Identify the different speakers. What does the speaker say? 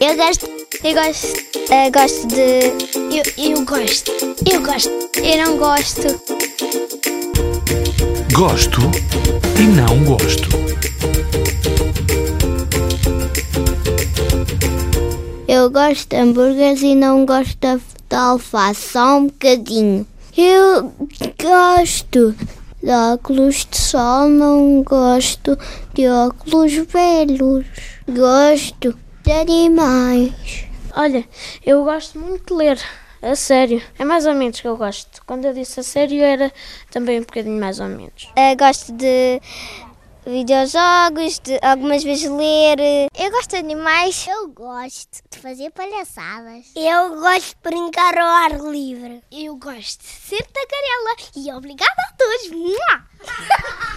Speaker 1: Eu gosto. Eu gosto. Eu gosto de. Eu, eu gosto. Eu gosto. Eu não gosto.
Speaker 2: Gosto e não gosto.
Speaker 1: Eu gosto de hambúrgueres e não gosto de, de alface, só um bocadinho. Eu gosto de óculos de sol, não gosto de óculos velhos. Gosto de animais.
Speaker 3: Olha, eu gosto muito de ler, a sério. É mais ou menos que eu gosto. Quando eu disse a sério, era também um bocadinho mais ou menos.
Speaker 1: Eu Eh, gosto de videojogos, de algumas vezes ler. Eu gosto de animais. Eu gosto de fazer palhaçadas. Eu gosto de brincar ao ar livre. Eu gosto de ser tagarela e obrigada a todos.